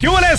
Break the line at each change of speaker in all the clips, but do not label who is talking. tardes,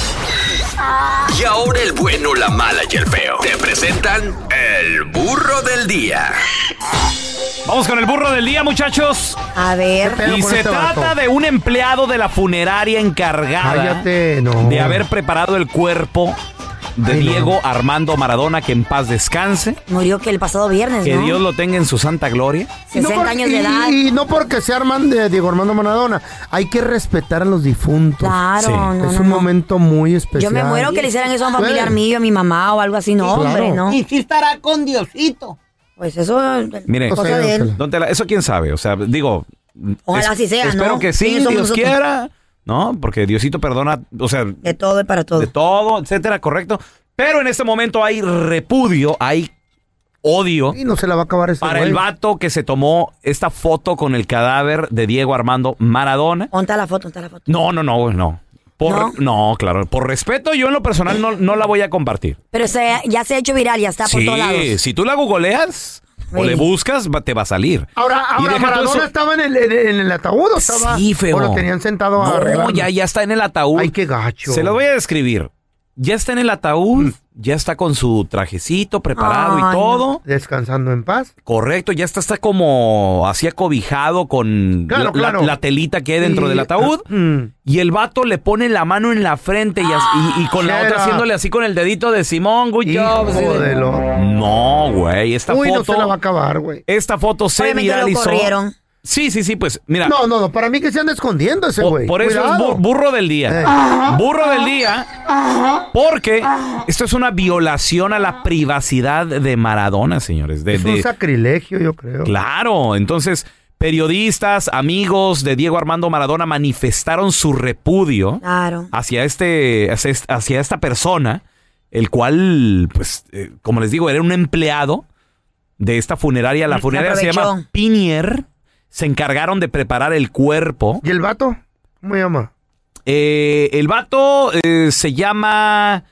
Y ahora el bueno, la mala y el feo te presentan el burro del día.
Vamos con el burro del día, muchachos.
A ver.
Pero
Y
con
se
este
trata
vato.
de un empleado de la funeraria encargada
Cállate, no.
de haber preparado el cuerpo de
Ay, no.
Diego Armando Maradona, que en paz descanse,
Murió que el pasado viernes,
que
¿no?
Dios lo tenga en su santa gloria.
Y no
60
por-
años de
y-
edad.
Y, no porque sea Armando, Diego Armando Maradona. Hay que respetar a los difuntos.
Claro,
Sí.
no,
es
no,
un
no.
momento muy
Yo
especial.
me muero que le hicieran eso a un
Puede.
familiar mío, a mi mamá o algo así. No,
Claro.
hombre, no.
Y si estará con Diosito.
Pues eso.
Mire,
O sea,
Cosa de él.
Ángela.
Don Tela, eso quién sabe, o sea, digo.
Ojalá así sea,
Espero
¿no?
que sí,
¿Quiénes
Dios
somos nosotros?
quiera, ¿no? Porque Diosito perdona, o sea,
De todo y para todo.
de todo, etcétera, correcto. Pero en este momento hay repudio, hay odio
Y no se la va a acabar este
para
güey.
el vato que se tomó esta foto con el cadáver de Diego Armando Maradona.
Ponta la foto, ponta la foto.
No, no, no, güey, no. Por, ¿No? claro. Por respeto, yo en lo personal no, no la voy a compartir.
Pero se- ya se ha hecho viral, ya está por
sí,
todos lados.
si tú la googleas o
Sí.
le buscas, va- te va a salir.
Ahora,
Y
Ah, ahora
deja tú
Maradona
eso-
estaba en el, en, el- en el ataúd o estaba.
Sí, feo.
O lo tenían sentado a
No,
arreglarlo?
ya, ya está en el ataúd.
Ay, qué gacho.
Se lo voy a describir. Ya está en el ataúd,
Mm.
ya está con su trajecito preparado y
Ay,
todo.
Descansando en paz.
Correcto, ya está, está como así acobijado con
Claro,
la,
claro.
la- la telita que hay dentro
Y-
del ataúd.
Mm.
Y el vato le pone la mano en la frente y, as- y- y con la
Chela.
otra haciéndole así con el dedito de Simón, good job", así
Hijo
de-
de lo.
No, güey, esta
Uy, no se la
foto.
va a acabar, güey.
esta foto se
Obviamente lo
viralizó.
corrieron.
Sí, sí, sí, pues mira.
No, no, no. Para mí que se anda escondiendo ese
po-
güey.
Por, eso es
Cuidado.
bu- burro del día.
Eh.
Burro del día. Porque
Ah.
esto es una violación a la privacidad de Maradona, señores. De,
Es un
de-
sacrilegio, yo creo.
Claro, entonces periodistas, amigos de Diego Armando Maradona manifestaron su repudio
Claro.
hacia este hacia est- hacia esta persona, el cual pues eh, como les digo, era un empleado de esta funeraria, la
Mm,
funeraria se
aprovechó.
llama Pinier, se encargaron de preparar el cuerpo.
¿Y el vato? ¿Cómo se llama?
Eh, el vato eh, se llama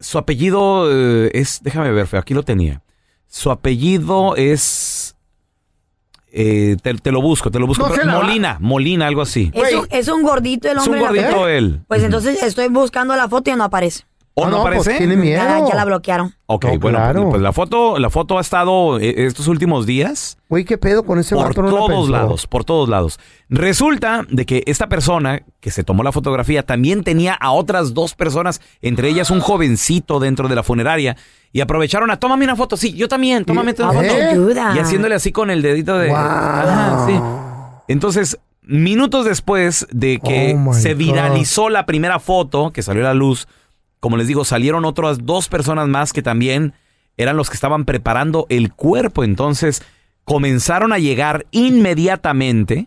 su apellido eh, es déjame ver, feo, aquí lo tenía. Su apellido es eh, te, te lo busco, te lo busco.
No
pero-
se la va-
Molina, Molina, algo así.
Es
Güey.
un, es un gordito el
Es un
hombre. de la
gordito
foto.
él.
Pues entonces estoy buscando la foto y no aparece.
¿O
Ah,
no,
pues,
aparece?
tiene miedo.
Ya, ya la bloquearon.
Ok,
No,
bueno,
claro.
pues la foto, la foto ha estado eh, estos últimos días
Güey, ¿qué pedo con ese
por
vato? No la
todos
pensó.
lados, por todos lados. Resulta de que esta persona que se tomó la fotografía también tenía a otras dos personas, entre ellas un jovencito dentro de la funeraria, y aprovecharon a tómame una foto, sí, yo también, tómame una
¿Eh?
foto.
Ay, ayuda.
Y haciéndole así con el dedito de...
Wow.
Ajá, sí. Entonces, minutos después de que
Ah. Oh, my
se
God.
viralizó la primera foto que salió a la luz, como les digo, salieron otras dos personas más que también eran los que estaban preparando el cuerpo. Entonces, comenzaron a llegar inmediatamente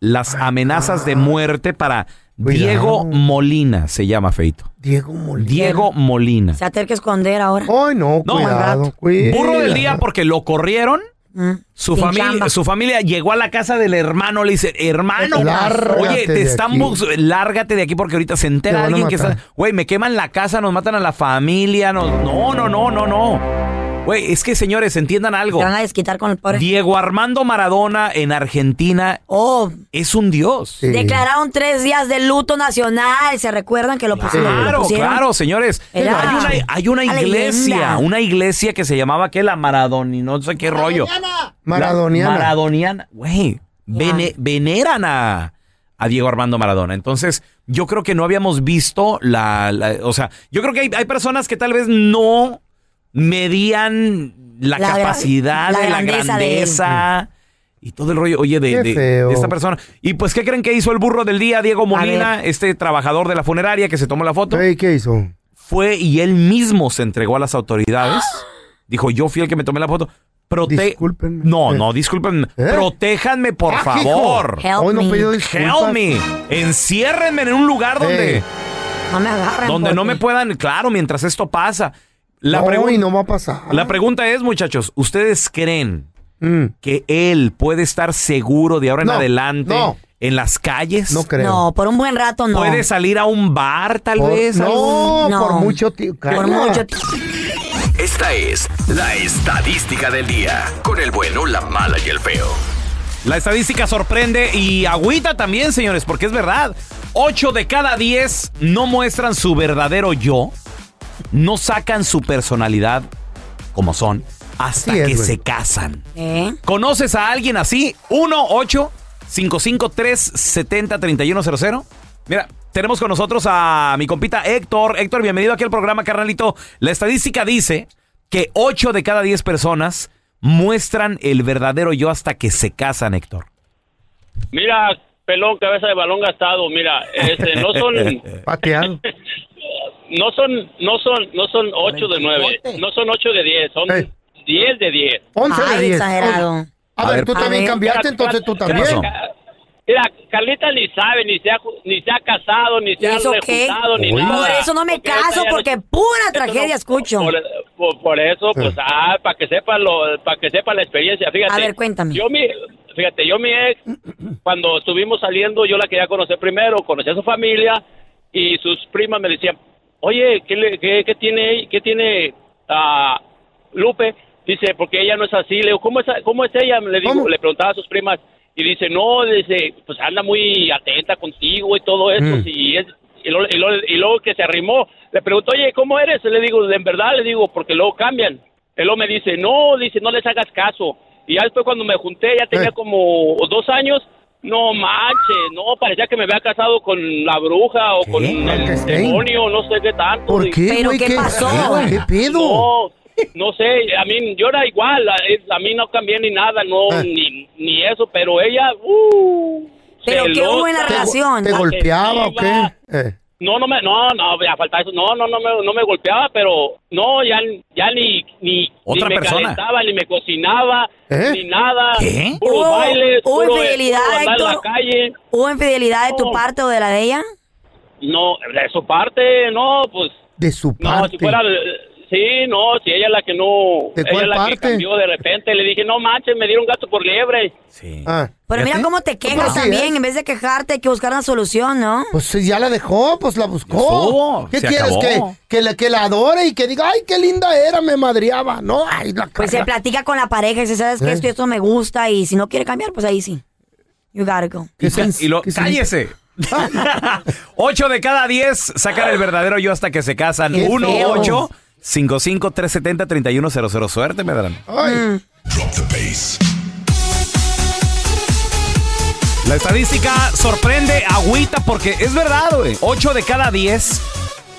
las amenazas de muerte para
Cuidado.
Diego Molina, se llama Feito.
Diego Molina.
Diego Molina.
Se va a tener que esconder ahora.
Ay, no,
No,
cuidado,
gato.
cuidado.
Burro del día porque lo corrieron.
Mm,
Su
sin
familia,
chamba.
su familia llegó a la casa del hermano, le dice, hermano,
Lárgate
oye, te
de
están
aquí".
bus- lárgate de aquí porque ahorita se entera
Te van a
alguien que
matar.
está, güey, me queman la casa, nos matan a la familia, nos- no, no, no, no, no. Güey, es que señores, entiendan
Se
algo.
van a desquitar con el pobre.
Diego Armando Maradona en Argentina
Oh,
es un dios.
Sí.
declararon tres días de luto nacional. ¿Se recuerdan que lo pusieron?
Claro,
pues, lo pusieron?
claro, señores.
Era-
Hay una, hay una
La
iglesia,
leyenda.
una iglesia que se llamaba que la Maradona y no sé qué rollo.
Maradoniana.
La- Maradoniana. Güey, vene- veneran a, a Diego Armando Maradona. Entonces, yo creo que no habíamos visto la... la- o sea, yo creo que hay, hay personas que tal vez no medían la,
La gra-
capacidad,
la
de la
grandeza de él.
grandeza. y todo el rollo, oye, de,
Qué
de-
feo.
de esta persona. ¿Y pues qué creen que hizo el burro del día, Diego Molina,
ver.
este trabajador de la funeraria que se tomó la foto?
Ey, ¿Qué hizo?
fue y él mismo se entregó a las autoridades. Dijo, yo fui el que me tomé la foto. Prote
Discúlpenme.
No,
Eh.
no, discúlpenme.
¿Eh?
Protéjanme, por
Ah, hijo.
favor.
Help
Hoy no
me.
pidió disculpas. Eh.
Help me. Enciérrenme en un lugar donde,
Ey.
No me agarren. pues,
donde no
porque-
me puedan. Claro, mientras esto pasa. La,
no,
pregun-
y no va a pasar.
la pregunta es, muchachos, ¿ustedes creen
Mm,
que él puede estar seguro de ahora en
No,
adelante
no.
en las calles?
no creo.
No, por un buen rato no.
¿Puede salir a un bar, tal
Por-
vez?
no,
No.
por mucho tiempo.
Por mucho tiempo.
Esta es la estadística del día. Con el bueno, la mala y el feo.
La estadística sorprende y agüita también, señores, porque es verdad. 8 de cada 10 no muestran su verdadero yo, no sacan su personalidad como son, hasta
Así es,
que
güey.
se casan.
¿Eh?
¿Conoces a alguien así? 1-8-553-70-3100. Mira, tenemos con nosotros a mi compita Héctor. Héctor, bienvenido aquí al programa, carnalito. La estadística dice que 8 de cada 10 personas muestran el verdadero yo hasta que se casan, Héctor.
Mira, pelón, cabeza de balón gastado, mira, este, no son,
Pateado.
no son, no son, no son ocho de nueve, no son ocho de diez, son
Ey.
diez de diez.
11 de
Ay,
10.
exagerado.
A,
A
ver,
ver,
tú
a
también
ver.
cambiaste, entonces tú también.
pasó?
Mira, Carlita ni sabe, ni se ha, ju- ni se ha casado, ni
¿Y
se ha
eso qué?
rejuntado, ni
Uy.
nada.
Por eso no me
Porque esta
caso,
ya no-
porque pura
esto no-
tragedia escucho.
Por, por- por eso, pues, ah, para que sepa lo, para que sepa la experiencia, fíjate.
A ver, cuéntame.
Yo mi, fíjate, yo mi ex, cuando estuvimos saliendo, yo la quería conocer primero, conocí a su familia y sus primas me decían, oye, ¿qué, le- qué- qué tiene, qué tiene ah, Lupe? Dice, porque ella no es así. Le digo, ¿cómo es, cómo es ella? Le digo,
¿Cómo?
le preguntaba a sus primas y dice, no, dice, pues anda muy atenta contigo y todo eso.
Mm.
Y, es- y, luego, y luego- y luego que se arrimó, le pregunto, oye, ¿cómo eres? Le digo, en verdad, le digo, porque luego cambian. Él luego me dice, no, dice, no les hagas caso. Y ya después cuando me junté, ya tenía
Eh.
como dos años, no manches, no, parecía que me había casado con la bruja o con
Lo que
el
sea.
demonio, no sé qué tanto.
¿Por
Y-
qué,
¿Pero
güey?
qué pasó?
¿Qué pedo?
no, no sé, a mí yo era igual, a, es- a mí no cambié ni nada, no,
Ah.
ni, ni eso, pero ella, uh,
Pero ¿qué
celosa.
hubo en la
¿Te,
relación?
go- te
Ah,
golpeaba o qué?
viva.
Eh,
No, no me, no, no, ya falta eso, no, no, no me, no me golpeaba, pero no, ya, ya ni, ni,
Otra
ni me
persona.
calentaba, ni me cocinaba,
¿Eh?
ni nada,
¿Qué?
puros
Hubo-
bailes,
hubo
puro,
infidelidad,
puro andar en la
Héctor.
calle.
¿Hubo infidelidad de tu
No.
parte o de la de ella?
No, de su parte, no, pues,
de su
no,
parte.
si fuera, eh, sí, no, si ella es la que no,
¿De
ella
cuál
es la
parte?
que cambió de repente, le dije, no manches, me dieron gato por liebre.
Sí.
Ah,
Pero mira
¿fíjate?
cómo te quejas
Pues sí,
también,
¿eh?
en vez de quejarte, hay que buscar una solución, ¿no?
Pues sí, ya la dejó, pues la buscó.
Ya estuvo,
¿Qué
se
quieres?
acabó.
Que, que, la, que la adore y que diga, ay, qué linda era, me madreaba. No, ay, la
Pues se
cara.
platica con la pareja y se sabes que
¿Eh?
esto y esto me gusta y si no quiere cambiar, pues ahí sí. You gotta go.
¿Qué
Y ca-
sens-
y lo-
qué sens-
¡Cállese! 8 de cada 10 sacan el verdadero yo hasta que se casan.
Qué
1
feo.
8 55 370 3100 Suerte, Medrano.
Ay,
Mm.
La estadística sorprende, agüita, porque es verdad, güey. 8 de cada 10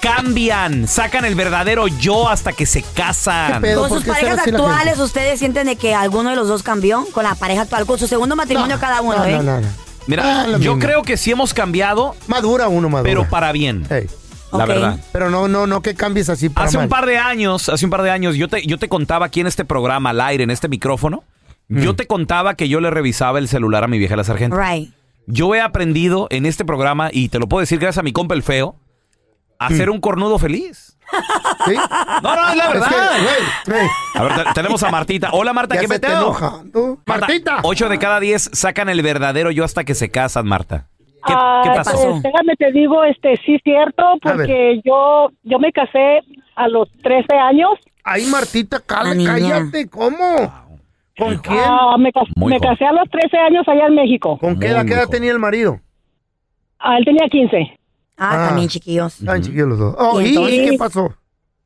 cambian, sacan el verdadero yo hasta que se casan.
¿Qué pedo? Pero
Con
¿por
sus
qué será
parejas
así la
actuales,
gente?
¿ustedes sienten de que alguno de los dos cambió? Con la pareja actual, con su segundo matrimonio cada uno,
no,
¿eh?
no, no, no.
Mira,
Ah, lo
yo
mismo.
creo que sí hemos cambiado,
Madura uno, madura.
pero para bien.
Ey,
La
Ok.
verdad.
Pero no, no, no que cambies así para
Hace un
mal.
par de años, hace un par de años, yo te, yo te contaba aquí en este programa, al aire, en este micrófono,
Mm.
yo te contaba que yo le revisaba el celular a mi vieja la sargento.
Right.
Yo he aprendido en este programa, y te lo puedo decir gracias a mi compa el feo, a ser un cornudo feliz.
Mm. ¿Sí?
No, no, es la
Es que,
verdad.
güey, güey,
A ver, te- tenemos a Martita. Hola, Marta,
ya
¿qué
se te
peteo?
enoja. ¿Tú? Martita.
8 de cada 10 sacan el verdadero yo hasta que se casan, Marta. ¿Qué, qué
Ah,
pasó?
pues, déjame te digo, este, sí cierto,
A ver.
porque yo, yo me casé a los 13 años.
Ay, Martita, cal-
La Ah, niña.
cállate. ¿Cómo? ¿Con quién?
Ah, me, cas-
Muy
me
joven.
casé a los 13 años allá en México.
¿Con qué
Muy,
edad,
muy
qué edad
joven.
tenía el marido?
Ah, él tenía 15.
Ah,
Ah.
también chiquillos.
Ay, chiquillos los dos. Oh,
¿Y
¿y,
entonces?
¿Y qué pasó?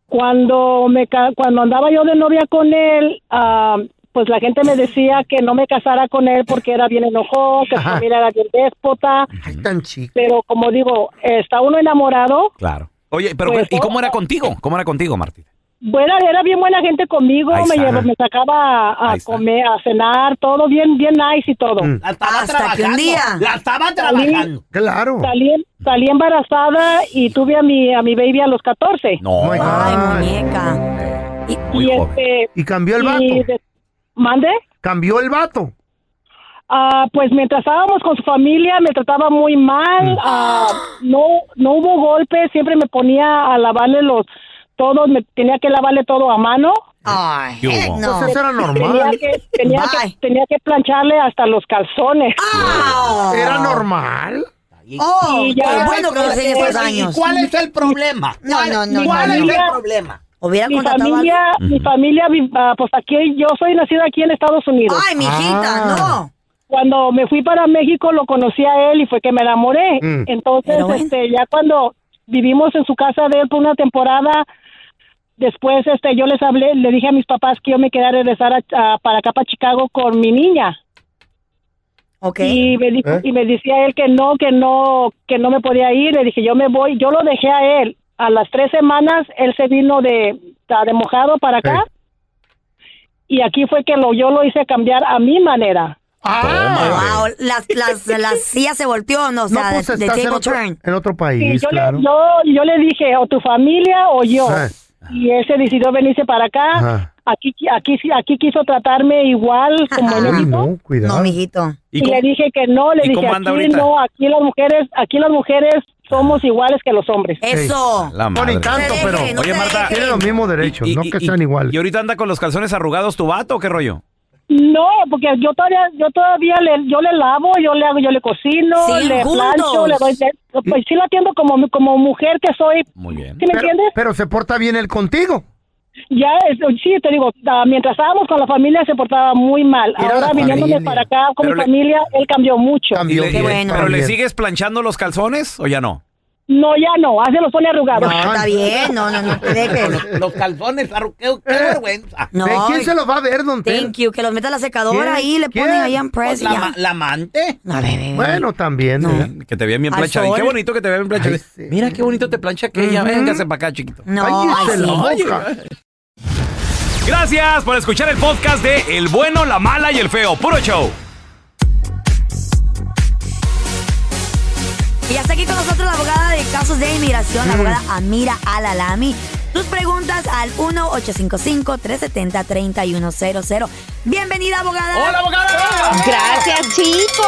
Cuando me ca- cuando andaba yo de novia con él, ah, pues la gente me decía que no me casara con él porque era bien enojón, que su
Ajá.
familia era bien déspota.
Ay, tan chico.
Pero como digo, está uno enamorado.
Claro. Oye, pero
Pues,
¿y cómo era contigo? ¿Cómo era contigo, Martita?
Buena, era bien buena gente conmigo,
Ahí
me,
está.
llevó- me sacaba a,
Ahí
a
está.
comer, a cenar, todo bien, bien nice y todo.
Mm.
La estaba
Hasta que un
trabajando.
día.
La estaba trabajando.
Claro.
Salí, salí embarazada y tuve a mi, a mi baby a los 14.
No.
Oh my God.
Ay,
Ay.
muñeca.
Muy
y
joven.
este.
¿Y cambió el
y
vato?
de- ¿Mande?
¿Cambió el vato?
Ah, pues mientras estábamos con su familia me trataba muy
Mm.
mal, ah, no no hubo golpes, siempre me ponía a lavarle los todo, me tenía que lavarle todo a mano.
Ay,
¿Qué hubo?
heck no.
Pues eso era
Tenía
normal.
que, tenía, que,
Bye.
tenía que plancharle hasta los calzones.
Oh,
Era normal.
oh,
Y ya- este,
qué bueno que no sé en estos
pues, ¿Y
años.
cuál es el problema?
No,
¿Cuál-
no, no,
¿Cuál
no,
es
no.
el problema?
Hubiera
Mi
contratado a-
familia, mi familia, vi- ah, pues aquí, yo soy nacida aquí en Estados Unidos.
Ay, mijita,
Ah.
no.
Cuando me fui para México lo conocí a él y fue que me enamoré.
Mm.
Entonces,
Pero bueno.
este, ya cuando vivimos en su casa de él por una temporada, después este, yo les hablé, le dije a mis papás que yo me quería regresar a- a- para acá, para Chicago, con mi niña.
Ok.
Y me, dijo-
¿Eh?
y me decía él que no, que no, que no me podía ir. Le dije, yo me voy. Yo lo dejé a él. A las tres semanas, él se vino de, de mojado para acá. Y aquí fue que lo, yo lo hice cambiar a mi manera.
Ah,
Wow, las, las, las sillas se volteó, no, o
no,
sea,
pues
de, de
estás en
table
otro,
turn.
en otro
Y
país,
yo,
claro.
le, yo, yo le dije, o tu familia o yo.
Ah.
Y él se decidió venirse para acá.
Ajá.
Aquí, aquí, aquí quiso tratarme igual como en
Ajá.
Uy,
México.
no, cuidado.
No, mijito.
¿Y
¿Y,
cómo-
le dije que no, le
¿Y
dije
cómo anda
aquí
ahorita? Ah.
no, aquí las mujeres, aquí las mujeres somos iguales que los hombres.
Eso.
La
Con
madre.
encanto,
No se
pero
dejen, no
Oye,
se
Marta,
dejen.
tiene los mismos derechos, no que sean iguales.
¿Y ahorita anda con los calzones arrugados tu vato o qué rollo?
No, porque yo todavía, yo todavía le, yo le lavo, yo le hago, yo le cocino,
Sí,
le
juntos.
plancho, le doy, le- pues sí la atiendo como, como mujer que soy,
Muy bien.
¿sí me
pero,
entiendes?
pero se porta bien él contigo.
Ya, es- sí, te digo, ah, mientras estábamos con la familia se portaba muy mal,
Era
ahora
la
viniéndome
familia.
para acá con
Pero
mi
le-
familia, él cambió mucho.
Y
Cambió
le-
Qué
bien,
bueno.
¿Pero le
bien.
sigues planchando los calzones o ya no?
No, ya no, hace los pone arrugados.
No, está bien, no, no, no te dejes.
Los calzones, arru- qué, qué vergüenza.
No,
¿De quién se los va a ver, don Tel?
thank you, que los meta a la secadora
¿Quién?
ahí, le ponen
¿Quién?
ahí en
Pues
press. y
la,
ya.
ma- la amante.
A ver, ver, ver.
Bueno, también. ¿eh? ¿verdad?
Que te vean bien
Al
planchada. Y qué
sol.
bonito que te vean bien planchada.
Ay, sí.
Mira qué bonito te plancha aquella. Véngase para acá, chiquito.
No, ay,
Cállese la
sí.
boca.
Gracias por escuchar el podcast de El Bueno, la Mala y el Feo. Puro show.
Y hasta aquí con nosotros la abogada de casos de inmigración, la
Mm.
abogada Amira Alalami. Tus preguntas al 1-855-370-3100. Bienvenida, abogada.
¡Hola, abogada!
Gracias, chicos.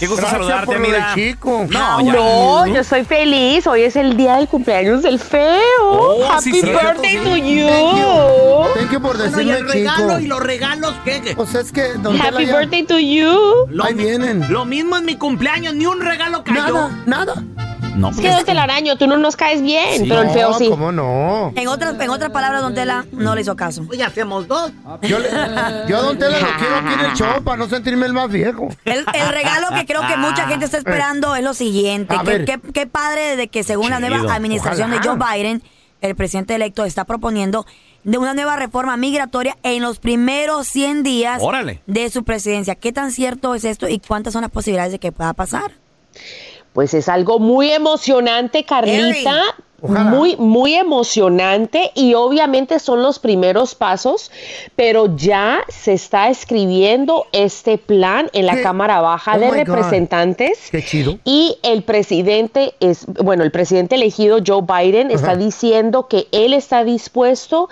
Qué gusto
Gracias
saludarte,
por lo de
mira.
chico.
No, ya.
No, yo soy feliz. Hoy es el día del cumpleaños del feo.
Oh,
Happy
sí, cierto,
birthday
sí.
to
Thank you.
you.
Thank you por
Bueno, y
decirme
el regalo y
chico.
los regalos, ¿qué? qué?
Pues es que don Tela
Happy
ya-
birthday to you.
Lo
Ahí
mi-
vienen.
Lo mismo en mi cumpleaños, ni un regalo cayó.
Nada, nada.
No,
Es que don telaraño, tú no nos caes bien,
Sí.
pero el feo
Este.
sí.
No, ¿Cómo no?
En otras, en otras palabras, don Tela no le hizo caso.
Hoy hacemos dos.
Yo, le- yo a don Tela lo quiero aquí en el show para no sentirme el más viejo.
El, el regalo que creo que mucha gente está esperando es lo siguiente.
A
Qué,
ver.
qué- qué padre de que según la
Chido,
nueva administración de
ojalá.
Joe Biden, el presidente electo está proponiendo de una nueva reforma migratoria en los primeros 100 días
Órale.
de su presidencia. ¿Qué tan cierto es esto y cuántas son las posibilidades de que pueda pasar?
Pues es algo muy emocionante, Carlita.
Ojalá.
Muy, muy emocionante y obviamente son los primeros pasos, pero ya se está escribiendo este plan en la
¿Qué?
Cámara Baja
Oh
de
my God.
Representantes.
Qué chido.
Y el presidente es, bueno, el presidente elegido Joe Biden está diciendo que él está dispuesto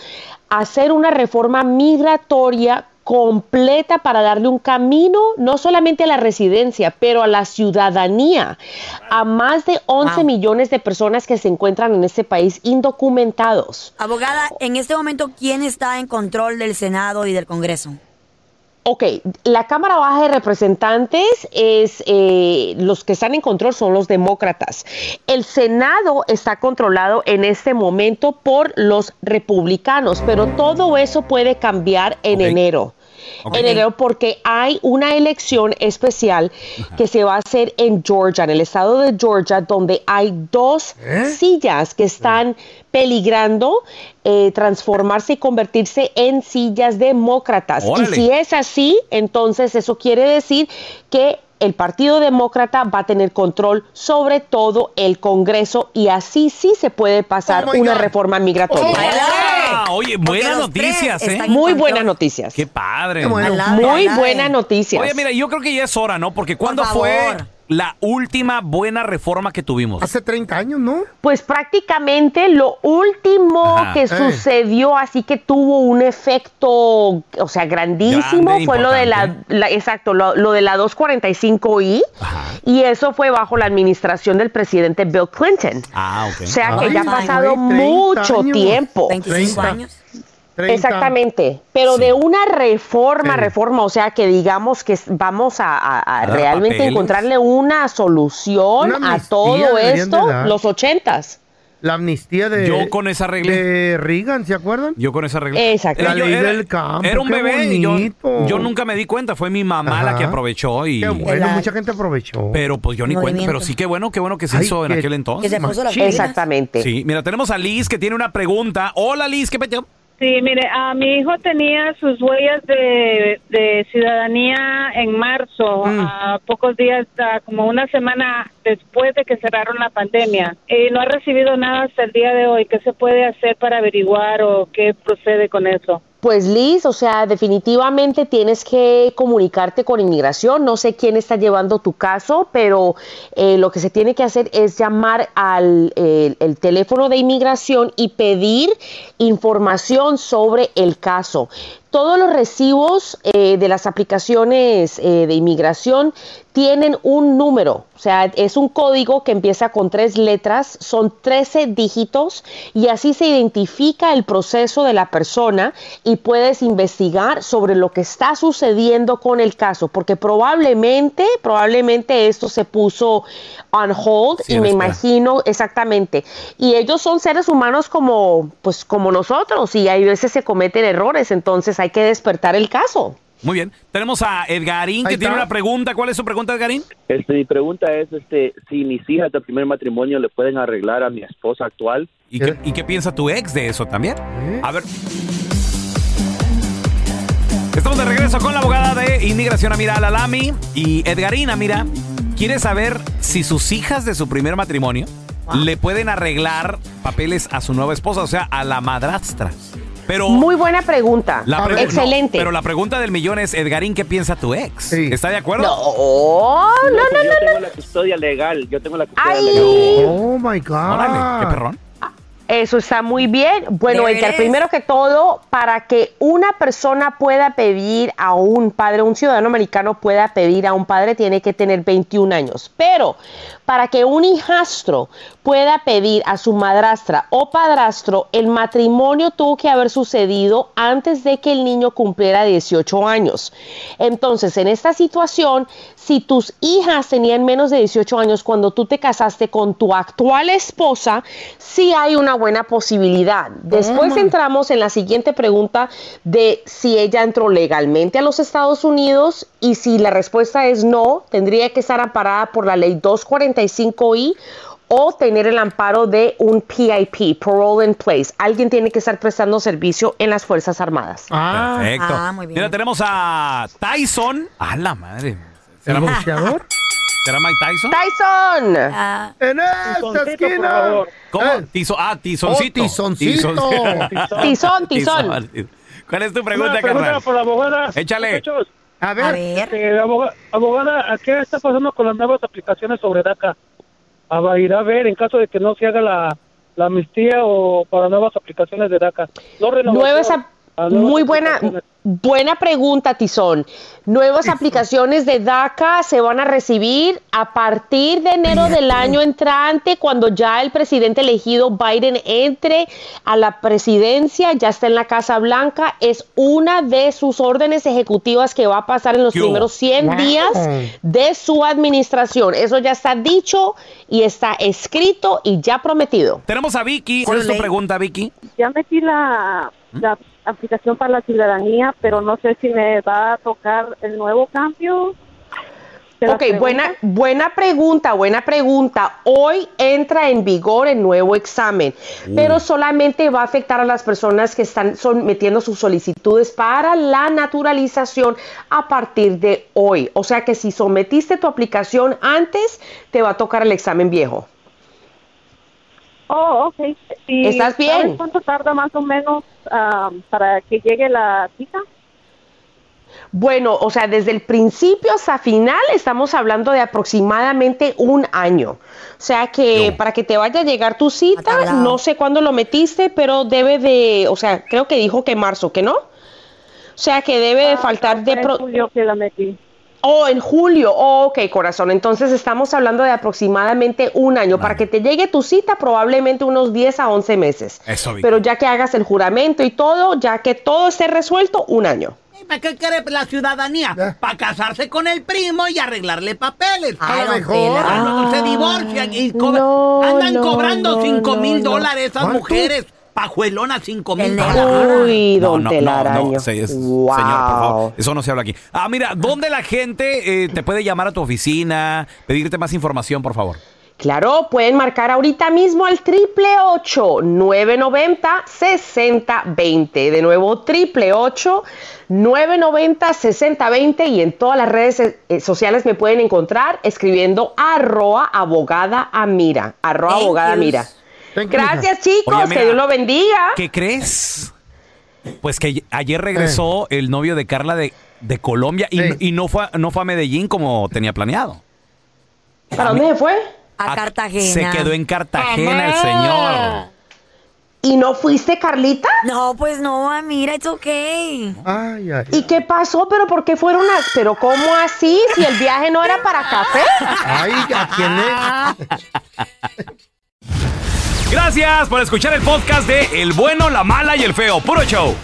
a hacer una reforma migratoria completa para darle un camino no solamente a la residencia, pero a la ciudadanía, a más de 11
Wow.
millones de personas que se encuentran en este país indocumentados.
Abogada, en este momento, ¿quién está en control del Senado y del Congreso?
Ok, la Cámara Baja de Representantes es eh, los que están en control son los demócratas. El Senado está controlado en este momento por los republicanos, pero todo eso puede cambiar en
Ok.
enero.
Ok.
En enero porque hay una elección especial que se va a hacer en Georgia, en el estado de Georgia, donde hay dos
¿Eh?
sillas que están peligrando eh, transformarse y convertirse en sillas demócratas.
Órale.
Y si es así, entonces eso quiere decir que el Partido Demócrata va a tener control sobre todo el Congreso y así sí se puede pasar
Oh, my
una
God.
reforma
Oh,
migratoria.
Ah, oye,
Porque
buenas
los tres
noticias, ¿eh?
están en
Muy
control.
buenas noticias.
Qué padre.
Qué bueno.
Alá-
Muy
Alá-
buenas noticias.
Oye, mira, yo creo que ya es hora, ¿no? Porque
Por
¿cuándo fue
favor.
la última buena reforma que tuvimos?
Hace 30 años, ¿no?
Pues prácticamente lo último
Ajá.
que
Eh.
sucedió, así que tuvo un efecto, o sea, grandísimo,
Grande,
fue lo de la,
importante.
la- exacto, lo, lo de la 245i,
Ajá.
y eso fue bajo la administración del presidente Bill Clinton.
Ah,
O
ok.
sea que
Ay,
ya ha
güey,
pasado
30
mucho
años.
tiempo.
25
30.
años.
30.
Exactamente, pero de una reforma,
Sí.
reforma, o sea que digamos que s- vamos a, a- a
dar
realmente
papeles.
encontrarle una solución
Una
a
amnistía
todo
deberían de
esto,
dar.
los ochentas.
La amnistía de.
Yo con esa regla.
De Reagan, ¿se acuerdan?
Yo con esa regla.
Exacto.
Era
La
yo-
ley
era-
del campo,
Era un
qué
bebé. y Yo,
bonito.
yo nunca me di cuenta. Fue mi mamá la
Ajá.
que aprovechó y.
Qué bueno,
La-
mucha gente aprovechó.
Pero pues yo ni cuenta.
Movimiento.
Pero sí, qué bueno, qué bueno que se
Ay,
hizo en
qué-
aquel
Que
entonces.
se puso la
Machín.
Exactamente.
Sí, mira, tenemos a Liz que tiene una pregunta. Hola Liz, ¿qué peteo?
Sí, mire, a mi hijo tenía sus huellas de, de ciudadanía en marzo,
Mm.
a pocos días, a como una semana después de que cerraron la pandemia. Y no ha recibido nada hasta el día de hoy. ¿Qué se puede hacer para averiguar o qué procede con eso?
Pues Liz, o sea, definitivamente tienes que comunicarte con inmigración. No sé quién está llevando tu caso, pero eh, lo que se tiene que hacer es llamar al eh, el teléfono de inmigración y pedir información sobre el caso. Todos los recibos eh, de las aplicaciones eh, de inmigración tienen un número, o sea, es un código que empieza con tres letras, son 13 dígitos y así se identifica el proceso de la persona y puedes investigar sobre lo que está sucediendo con el caso, porque probablemente, probablemente esto se puso on hold
Sí,
y
en
me
espera.
imagino exactamente. Y ellos son seres humanos como, pues, como nosotros y hay veces se cometen errores, entonces hay que despertar el caso.
Muy bien. Tenemos a Edgarín que
Ahí
tiene
está.
una pregunta. ¿Cuál es su pregunta, Edgarín?
Este, mi pregunta es, este, si mis hijas de primer matrimonio le pueden arreglar a mi esposa actual.
¿Y qué,
¿Eh?
y qué piensa tu ex de eso también?
¿Eh?
A ver. Estamos de regreso con la abogada de inmigración Amira Alalami y Edgarina Mira. Quiere saber si sus hijas de su primer matrimonio le pueden arreglar papeles a su nueva esposa, o sea, a la madrastra. Pero
Muy buena pregunta.
Ah,
la pregu- no,
Excelente.
pero la pregunta del millón es, Edgarín, ¿qué piensa tu ex?
Sí.
¿Está de acuerdo?
No, Oh, no, no,
yo tengo la custodia legal, yo tengo la custodia legal.
Ay,
Oh my God.
Órale, qué perrón.
eso está muy bien. Bueno,
There
Edgar,
it is.
primero que todo, para que una persona pueda pedir a un padre, un ciudadano americano pueda pedir a un padre, tiene que tener 21 años. Pero para que un hijastro pueda pedir a su madrastra o padrastro, el matrimonio tuvo que haber sucedido antes de que el niño cumpliera 18 años. Entonces, en esta situación, si tus hijas tenían menos de 18 años cuando tú te casaste con tu actual esposa, sí hay una buena posibilidad. Después entramos en la siguiente pregunta de si ella entró legalmente a los Estados Unidos y si la respuesta es no, tendría que estar amparada por la ley 245i o tener el amparo de un PIP, Parole in Place. Alguien tiene que estar prestando servicio en las Fuerzas Armadas.
Ah,
Perfecto.
ah, muy bien.
Mira, tenemos a Tyson. A la madre.
¿el
¿Será,
boxeador?
será Mike Tyson?
Tyson.
Ah,
en esta esquina.
¿Cómo?
Eh,
Tizo- ah, tizoncito.
Oh, tizoncito.
Tizón, tizón.
¿Cuál es tu pregunta, carnal?
la abogada.
Échale.
Muchachos,
A
a
ver,
ver.
eh, aboga- abogada, ¿a ¿qué está pasando con las nuevas aplicaciones sobre DACA? Ah, A ir a ver en caso de que no se haga la, la amnistía o para nuevas aplicaciones de DACA. No renovación,
Nuevas ap-
a nuevas
muy buena,
aplicaciones.
buena pregunta, Tizón. Nuevas aplicaciones de DACA se van a recibir a partir de enero del año entrante, cuando ya el presidente elegido Biden entre a la presidencia, ya está en la Casa Blanca. Es una de sus órdenes ejecutivas que va a pasar en los
¿Qué hubo?
primeros 100
Wow.
días de su administración. Eso ya está dicho y está escrito y ya prometido.
Tenemos a Vicky. ¿Cuál es tu
late.
pregunta, Vicky?
Ya metí la, la aplicación para la ciudadanía, pero no sé si me va a tocar el nuevo cambio. ¿Se la
Ok,
pregunto?
buena, buena pregunta, buena pregunta. Hoy entra en vigor el nuevo examen, pero solamente va a afectar a las personas que están son metiendo sus solicitudes para la naturalización a partir de hoy. O sea que si sometiste tu aplicación antes, te va a tocar el examen viejo.
Oh, ok. ¿Y
¿Estás bien?
¿Sabes cuánto tarda más o menos ah, para que llegue la cita?
Bueno, o sea, desde el principio hasta final estamos hablando de aproximadamente un año. O sea que para que te vaya a llegar tu cita, no sé cuándo lo metiste, pero debe de, o sea, creo que dijo que marzo, ¿que no? O sea que debe
Ah,
de faltar de... pro-
que la metí.
Oh, en julio. Oh, ok, corazón. Entonces estamos hablando de aproximadamente un año. Para que te llegue tu cita, probablemente unos 10 a 11 meses.
Eso, Vicky.
Pero ya que hagas el juramento y todo, ya que todo esté resuelto, un año.
¿Para qué quiere la ciudadanía? Para casarse con el primo y arreglarle papeles.
A lo mejor.
Ah, no, se divorcian y co- andan cobrando cinco mil dólares esas
¿Cuánto?
mujeres. Pajuelonas, cinco mil dólares.
Uy, don
no,
Telaraño.
se- es-
Wow.
señor, por favor, eso no se habla aquí. Ah, mira, ¿dónde la gente eh, te puede llamar a tu oficina, pedirte más información, por favor?
Claro, pueden marcar ahorita mismo al triple 990 6020. De nuevo, triple 990 6020 y en todas las redes eh, sociales me pueden encontrar escribiendo arroa abogada amira. Arroa
Thank
abogada
yous.
mira.
Thank you,
Gracias
mija.
chicos,
Oye,
que
mira,
Dios los bendiga.
¿Qué crees? Pues que ayer regresó el novio de Carla de, de Colombia y,
Sí.
y no, fue, a- no fue a Medellín como tenía planeado.
¿Para dónde se fue?
A
A-
Cartagena.
Se quedó en Cartagena el señor.
¿Y no fuiste Carlita?
No, pues no, ah, mira, it's okay.
Ay, ay.
¿Y qué pasó? ¿Pero por qué fueron a... ¿Pero cómo así? Si el viaje no era para café.
Ay, ¿a quién le?
Gracias por escuchar el podcast de El Bueno, la Mala y el Feo. Puro show.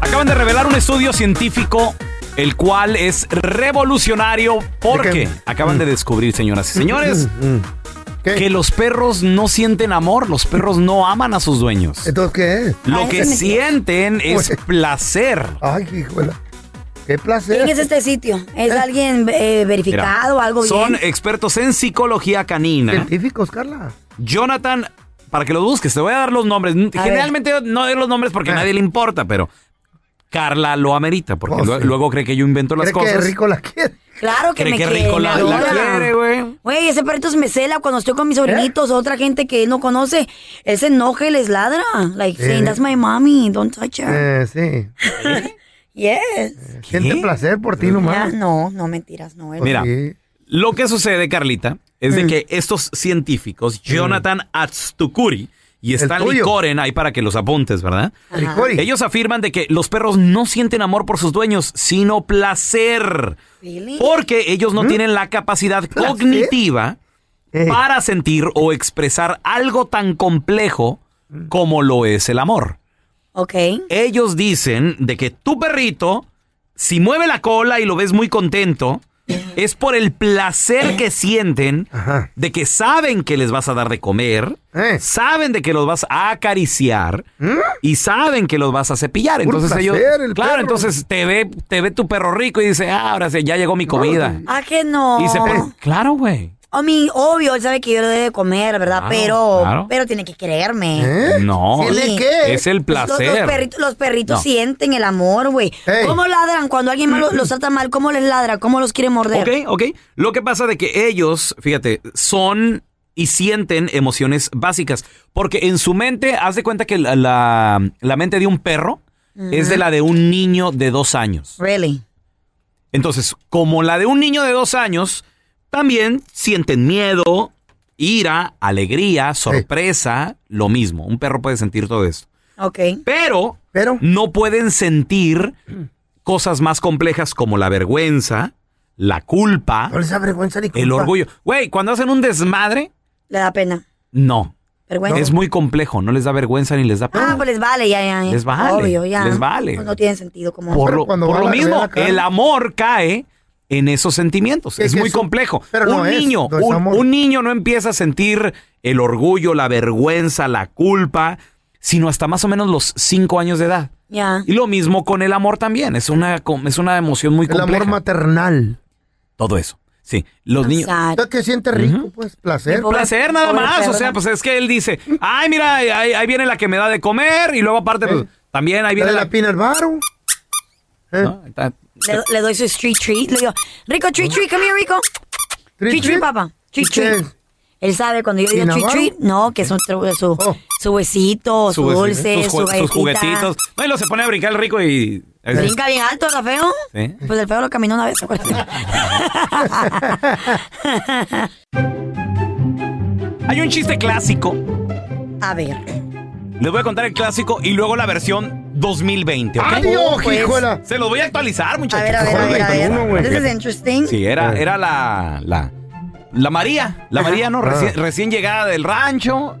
Acaban de revelar un estudio científico el cual es revolucionario
¿De
porque
qué?
acaban de descubrir, señoras y señores,
Mm, mm. ¿Qué?
que los perros no sienten amor, los perros no aman a sus dueños.
¿Entonces qué es?
Lo que sienten es
Pues-
placer.
Ay, hijuela. Qué placer.
¿Quién es este sitio? ¿Es alguien eh,
Mira,
verificado o algo
son
bien?
expertos en psicología canina.
Científicos, Carla.
Jonathan, para que lo busques, te voy a dar los nombres. Generalmente no doy los nombres porque a
Ah.
nadie le importa, pero Carla lo amerita, porque
Oh,
lue-
sí.
luego cree que yo invento las
¿Cree que
cosas.
rico la quiere?
Claro que
cree
me
que
quiere,
rico
me
la, la
adora.
quiere, güey.
Güey, ese perrito es mesela. Cuando estoy con mis
¿Eh?
sobrinitos o otra gente que él no conoce, él se enoja y les ladra. Like,
Eh.
saying, that's my mommy, don't touch her.
Eh, sí.
Yes.
Siente placer por ti
Ya,
nomás.
no, no mentiras, no. eh. él-
Mira,
Sí.
Lo que sucede, Carlita, es
Mm.
de que estos científicos, Jonathan Atstukuri y Stanley
tuyo.
Coren, ahí para que los apuntes, ¿verdad?
Ricori.
Ellos afirman de que los perros no sienten amor por sus dueños, sino placer.
Really?
Porque ellos no tienen la capacidad cognitiva
¿Mm? Eh.
para sentir o expresar algo tan complejo
Mm.
como lo es el amor.
Ok.
Ellos dicen de que tu perrito, si mueve la cola y lo ves muy contento, es por el placer que sienten
Ajá.
de que saben que les vas a dar de comer,
Eh. ¿Mm?
saben de que los vas a acariciar y saben que los vas a cepillar.
Puro
Entonces ellos,
placer, el
claro,
perro.
entonces te ve, te ve tu perro rico y dice, ah, ahora sí, ya llegó mi comida.
Ah, que no.
Y se pone, claro, güey.
A mí, obvio, él sabe que yo le debo de comer, ¿verdad?
Claro,
pero,
claro.
pero tiene que creerme.
¿Eh?
No,
¿Tiene
Sí.
qué?
es el
Los,
placer.
los perritos, los perritos
No.
sienten el amor, güey.
Ey.
¿Cómo ladran cuando alguien malo- los trata mal? ¿Cómo les ladra? ¿Cómo los quiere morder?
Ok, ok. Lo que pasa de que ellos, fíjate, son y sienten emociones básicas. Porque en su mente, haz de cuenta que la, la- la mente de un perro es de la de un niño de dos años.
Really.
Entonces, como la de un niño de dos años, también sienten miedo, ira, alegría, sorpresa, lo mismo. Un perro puede sentir todo esto.
Ok.
Pero
Pero.
no pueden sentir cosas más complejas como la vergüenza, la culpa,
No les da vergüenza ni
el
culpa.
orgullo. Güey, cuando hacen un desmadre,
Le da pena.
no.
Vergüenza.
Es muy complejo, no les da vergüenza ni les da pena.
Ah, pues les vale, ya, ya. ya.
Les vale,
Obvio, ya. Pues
les vale.
No, no tiene sentido como.
por
Ah, Pero
lo,
cuando
por
va
lo
la- ve
mismo,
la cara.
el amor cae en esos sentimientos.
Que-
Es
que
muy
eso-
complejo.
pero no
un
es,
niño,
no es
un,
amor.
un niño no empieza a sentir el orgullo, la vergüenza, la culpa, sino hasta más o menos los cinco años de edad.
Ya.
Y lo mismo con el amor también. Es una, com- es una emoción muy
El
compleja.
amor maternal.
Todo eso. Sí. Los niños.
Sad.
Entonces, ¿Qué siente rico? Pues placer.
Pobre-
placer nada
pobre
más.
perro,
O sea,
¿no?
pues es que él dice, ay, mira, ahí, ahí viene la que me da de comer. Y luego aparte, pues,
Eh.
también ahí viene
Dale
la.
la pina al baro. Eh,
¿no? Está-
Le, le doy su street treat. Le digo, Rico, treat treat, come here, Rico.
tri-
Treat
tri-
treat, papá. Treat
¿Y qué
treat.
es?
Él sabe cuando yo digo
¿Sin
treat,
Navarro?
treat, no, que son tru- su, su huesito, su,
Sus-
dulce,
Oh. sus
su
ju- sus
galletita.
juguetitos. No, y lo se pone a brincar el rico y.
Brinca bien alto, Rafael.
Sí.
Pues el feo lo caminó una vez, ¿se acuerdan?
Hay un chiste clásico.
A ver.
Les voy a contar el clásico y luego la versión 2020, ¿ok?
Adiós,
Pues,
hijuela.
Se los voy a actualizar, muchachos.
ver, a ver, a ver, a ver.
Uno, güey.
This is interesting.
Sí, era, era la, la, la María. La
Ajá.
María, ¿no? Reci-
Ah.
Recién llegada del rancho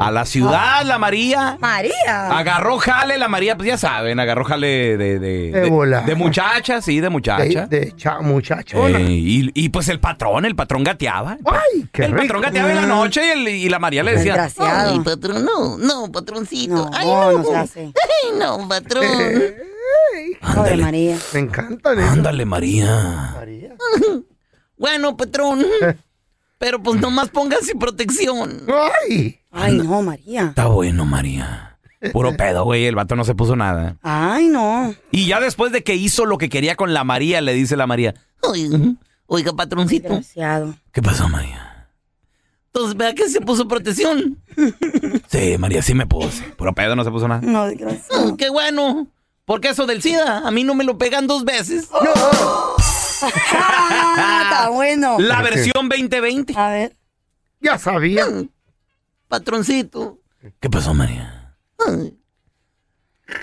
a la ciudad, la María.
María.
Agarró jale la María, pues ya saben, agarró jale de... De,
De bola.
de muchacha, sí, de muchacha.
De, de cha- muchachona.
Eh, y, y, pues el patrón, el patrón gateaba.
Ay, qué
el
rico.
patrón gateaba en la noche y, el- y la María le decía...
Desgraciado.
"Ay,
patrón, no, no, patroncito. Ay,
no,
no,
no se hace.
Ay, no, patrón.
Pobre María.
Me encantan.
Ándale, María.
Bueno, patrón. Pero pues nomás póngase protección.
Ay.
Ay, no, María.
Está bueno, María. Puro pedo, güey. El vato no se puso nada.
Ay, no.
Y ya después de que hizo lo que quería con la María, le dice la María.
Oiga, oiga, patroncito.
¿Qué pasó, María?
Entonces, vea que se puso protección.
Sí, María, sí me puse. Puro pedo, no se puso nada.
No, gracias.
Ah, qué bueno. Porque eso del SIDA, a mí no me lo pegan dos veces.
Ah, está bueno.
La versión 2020.
A ver.
Ya sabía.
Mm, Patroncito.
¿Qué pasó, María?
Ay.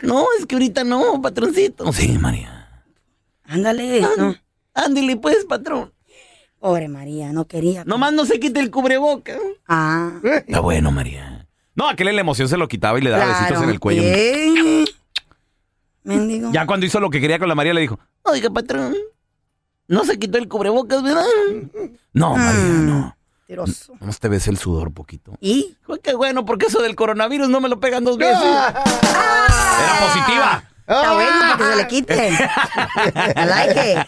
No, es que ahorita no, patroncito.
Oh, Sí, María.
Ándale. No.
Ándale, pues, patrón.
Pobre María, no quería.
Nomás no se quite el cubreboca.
Ah.
Está bueno, María. No, aquel en la emoción se lo quitaba y le daba besitos en el cuello.
Bien. Mendigo.
Ya cuando hizo lo que quería con la María, le dijo,
Oiga, patrón. No se quitó el cubrebocas, ¿verdad?
no, María,
Tiroso.
nomás te ves el sudor poquito.
¿Y?
Qué bueno, porque eso del coronavirus no me lo pegan dos veces.
Era positiva.
Está bueno para que se le quite. I like it.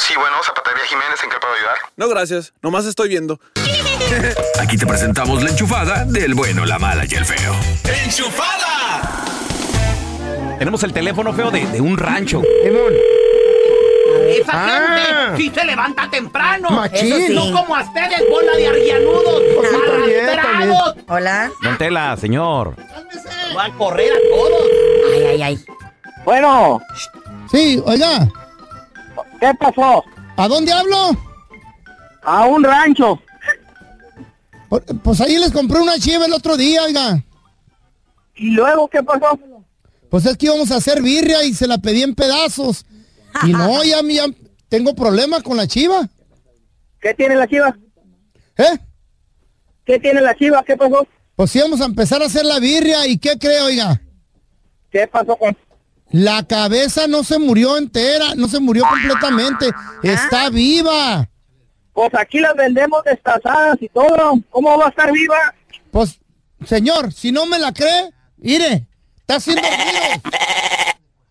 Sí, bueno, Zapatería Jiménez, ¿en qué puedo ayudar?
No, gracias. Nomás estoy viendo.
Aquí te presentamos la enchufada del bueno, la mala y el feo. ¡Enchufada!
Tenemos el teléfono feo de, de un rancho.
Esa
Ah.
gente sí se levanta temprano.
Machín. Eso sí.
No como a ustedes, bola de arrianudos. arrastrados.
Hola.
Don Tela, señor.
Va a correr a todos.
Ay, ay, ay.
Bueno.
Sí, oiga.
¿Qué pasó?
¿A dónde hablo?
A un rancho.
Pues ahí les compré una chiva el otro día, oiga.
¿Y luego qué pasó?
Pues es que íbamos a hacer birria y se la pedí en pedazos. Y no, ya, ya tengo problemas con la chiva.
¿Qué tiene la chiva?
¿Eh?
¿Qué tiene la chiva? ¿Qué pasó?
Pues íbamos a empezar a hacer la birria y ¿qué creo, oiga?
¿Qué pasó con...?
La cabeza no se murió entera, no se murió completamente.
Ah.
Está viva.
Pues aquí las vendemos destazadas y todo. ¿Cómo va a estar viva?
Pues, señor, si no me la cree, mire, está haciendo ruido.